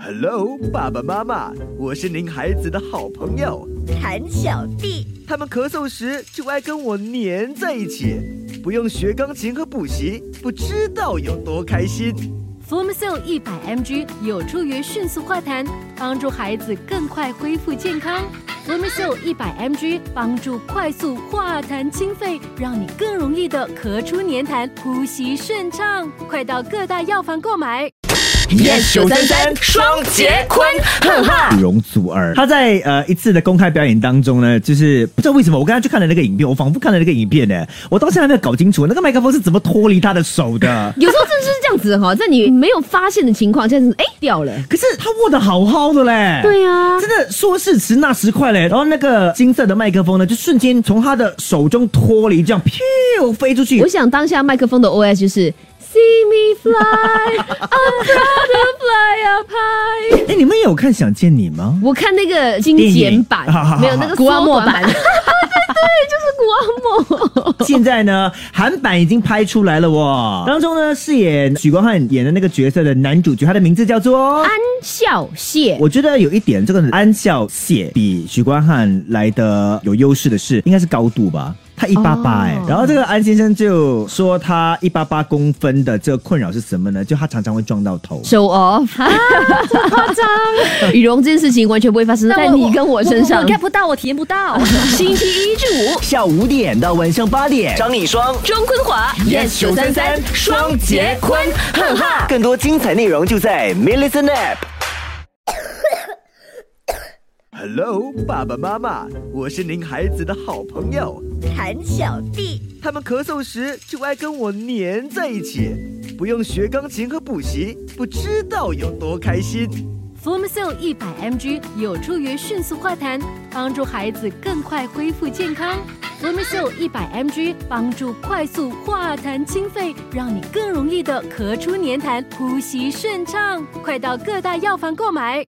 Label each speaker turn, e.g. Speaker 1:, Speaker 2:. Speaker 1: Hello，爸爸妈妈，我是您孩子的好朋友。
Speaker 2: 谭小弟，
Speaker 1: 他们咳嗽时就爱跟我粘在一起，不用学钢琴和补习，不知道有多开心。
Speaker 3: Flumicil 一百 mg 有助于迅速化痰，帮助孩子更快恢复健康。Flumicil 一百 mg 帮助快速化痰清肺，让你更容易的咳出粘痰，呼吸顺畅。快到各大药房购买。
Speaker 4: yes 九三三双节棍，哈哈！
Speaker 5: 容祖儿，她在呃一次的公开表演当中呢，就是不知道为什么，我刚才去看了那个影片，我仿佛看了那个影片呢，我到现在还没有搞清楚那个麦克风是怎么脱离她的手的。
Speaker 6: 有时候真的是这样子哈，在你没有发现的情况下，就是哎掉了。
Speaker 5: 可是她握的好好的嘞，
Speaker 6: 对啊
Speaker 5: 真的说是迟那时快嘞。然后那个金色的麦克风呢，就瞬间从她的手中脱离，这样飘飞出去
Speaker 6: 我。想当下麦克风的 OS 就是 See me fly, I'm proud to fly up high。
Speaker 5: 哎，你们也有看《想见你》吗？
Speaker 6: 我看那个精简版
Speaker 5: 电影好好好，
Speaker 6: 没有那个
Speaker 3: 古阿莫版
Speaker 6: 缩短对，就是古阿 莫。
Speaker 5: 现在呢，韩版已经拍出来了哦。当中呢，饰演许光汉演的那个角色的男主角，他的名字叫做
Speaker 6: 安孝燮，
Speaker 5: 我觉得有一点，这个安孝燮比许光汉来的呃有优势的是，应该是高度吧。他一八八哎
Speaker 6: 哦，
Speaker 5: 然后这个安先生就说他一八八公分的这个困扰是什么呢？就他常常会撞到头。
Speaker 6: show off，夸张。 羽绒这件事情完全不会发生在你跟我身上
Speaker 3: 我。get 不到，我体验不 到。
Speaker 4: 星期一至五
Speaker 1: 下午五点到晚上八点，
Speaker 4: 张丽双
Speaker 3: 钟坤华
Speaker 4: yes 九三三双节棍，哈哈！
Speaker 1: 更多精彩内容就在 m i l l i c e n App。Hello，爸爸妈妈，我是您孩子的好朋友。
Speaker 2: 谭小弟，
Speaker 1: 他们咳嗽时就爱跟我粘在一起，不用学钢琴和补习，不知道有多开心。
Speaker 3: Flumicil 一百 mg 有助于迅速化痰，帮助孩子更快恢复健康。Flumicil 一百 mg 帮助快速化痰清肺，让你更容易的咳出粘痰，呼吸顺畅。快到各大药房购买。